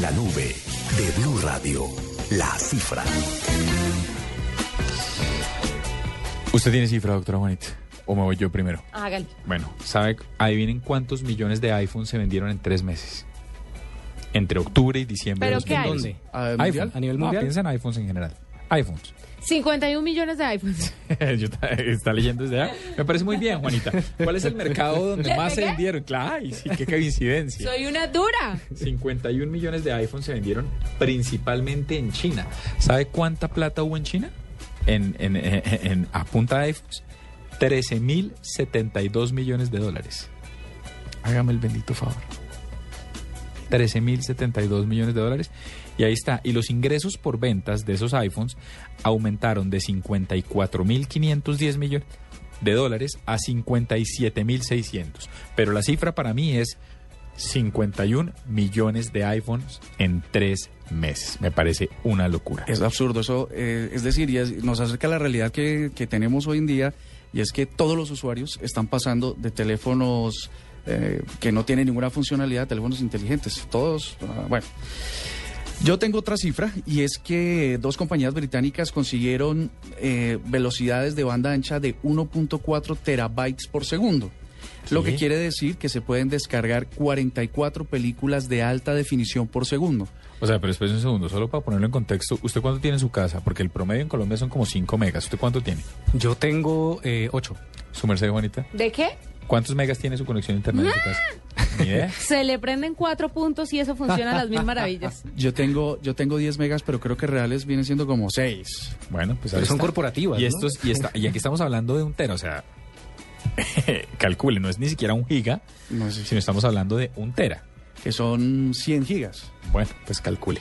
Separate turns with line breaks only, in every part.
la nube de Blue Radio, la cifra.
¿Usted tiene cifra, doctora Juanita? ¿O me voy yo primero?
Hágale.
Bueno, ¿sabe? Adivinen cuántos millones de iPhone se vendieron en tres meses. Entre octubre y diciembre
¿Pero
de
qué
2012.
hay?
¿A nivel mundial?
iPhone.
¿A nivel
No,
mundial?
piensa en iPhones en general. iPhones.
51 millones de iPhones.
Yo ta- está leyendo desde allá. Me parece muy bien, Juanita. ¿Cuál es el mercado donde
¿Le
más se
pegué?
vendieron? Claro, ay, sí, qué coincidencia.
Soy una dura.
51 millones de iPhones se vendieron principalmente en China. ¿Sabe cuánta plata hubo en China? En, en, en- en- a punta de iPhones, 13.072 millones de dólares. Hágame el bendito favor. 13.072 millones de dólares. Y ahí está. Y los ingresos por ventas de esos iPhones aumentaron de 54.510 millones de dólares a 57.600. Pero la cifra para mí es 51 millones de iPhones en tres meses. Me parece una locura.
Ah, Es absurdo, eso eh, es decir, y es- nos acerca a la realidad que, que tenemos hoy en día y es que todos los usuarios están pasando de teléfonos eh, que no tienen ninguna funcionalidad a teléfonos inteligentes. Todos, ah, bueno. Yo tengo otra cifra y es que dos compañías británicas consiguieron eh, velocidades de banda ancha de 1.4 terabytes por segundo. Lo
Sí.
que quiere decir que se pueden descargar 44 películas de alta definición por segundo.
O sea, pero después un segundo, solo para ponerlo en contexto, ¿usted cuánto tiene en su casa? Porque el promedio en Colombia son como 5 megas. ¿Usted cuánto tiene?
Yo tengo eh, ocho.
Su merced, Juanita.
¿De qué?
¿Cuántos megas tiene su conexión a internet en su casa? Ni idea.
Se le prenden cuatro puntos y eso funciona a las mil maravillas.
Yo tengo, yo tengo 10 megas, pero creo que reales vienen siendo como 6.
Bueno, pues ahí
Pero son
está.
corporativas.
Y,
¿no?
estos, y, esta- y aquí estamos hablando de un tera, o sea, calcule, no es ni siquiera un giga,
No sé si-
sino estamos hablando de un tera.
que son 100 gigas.
Bueno, pues calcule.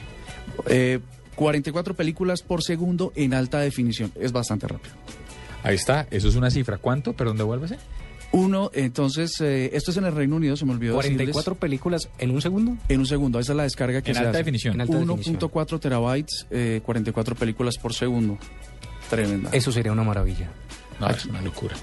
Eh, 44 películas por segundo en alta definición. Es bastante rápido.
Ahí está, eso es una cifra. ¿Cuánto? Perdón, devuélvese.
Uno, entonces, eh, esto es en el Reino Unido, se me olvidó decirles.
44 películas en un segundo.
En un segundo, esa es la descarga que
En
se
alta
hace.
definición.
En alta definición.
1.4 terabytes, eh, 44 películas por segundo. Tremenda.
Eso sería una maravilla.
No, es una locura.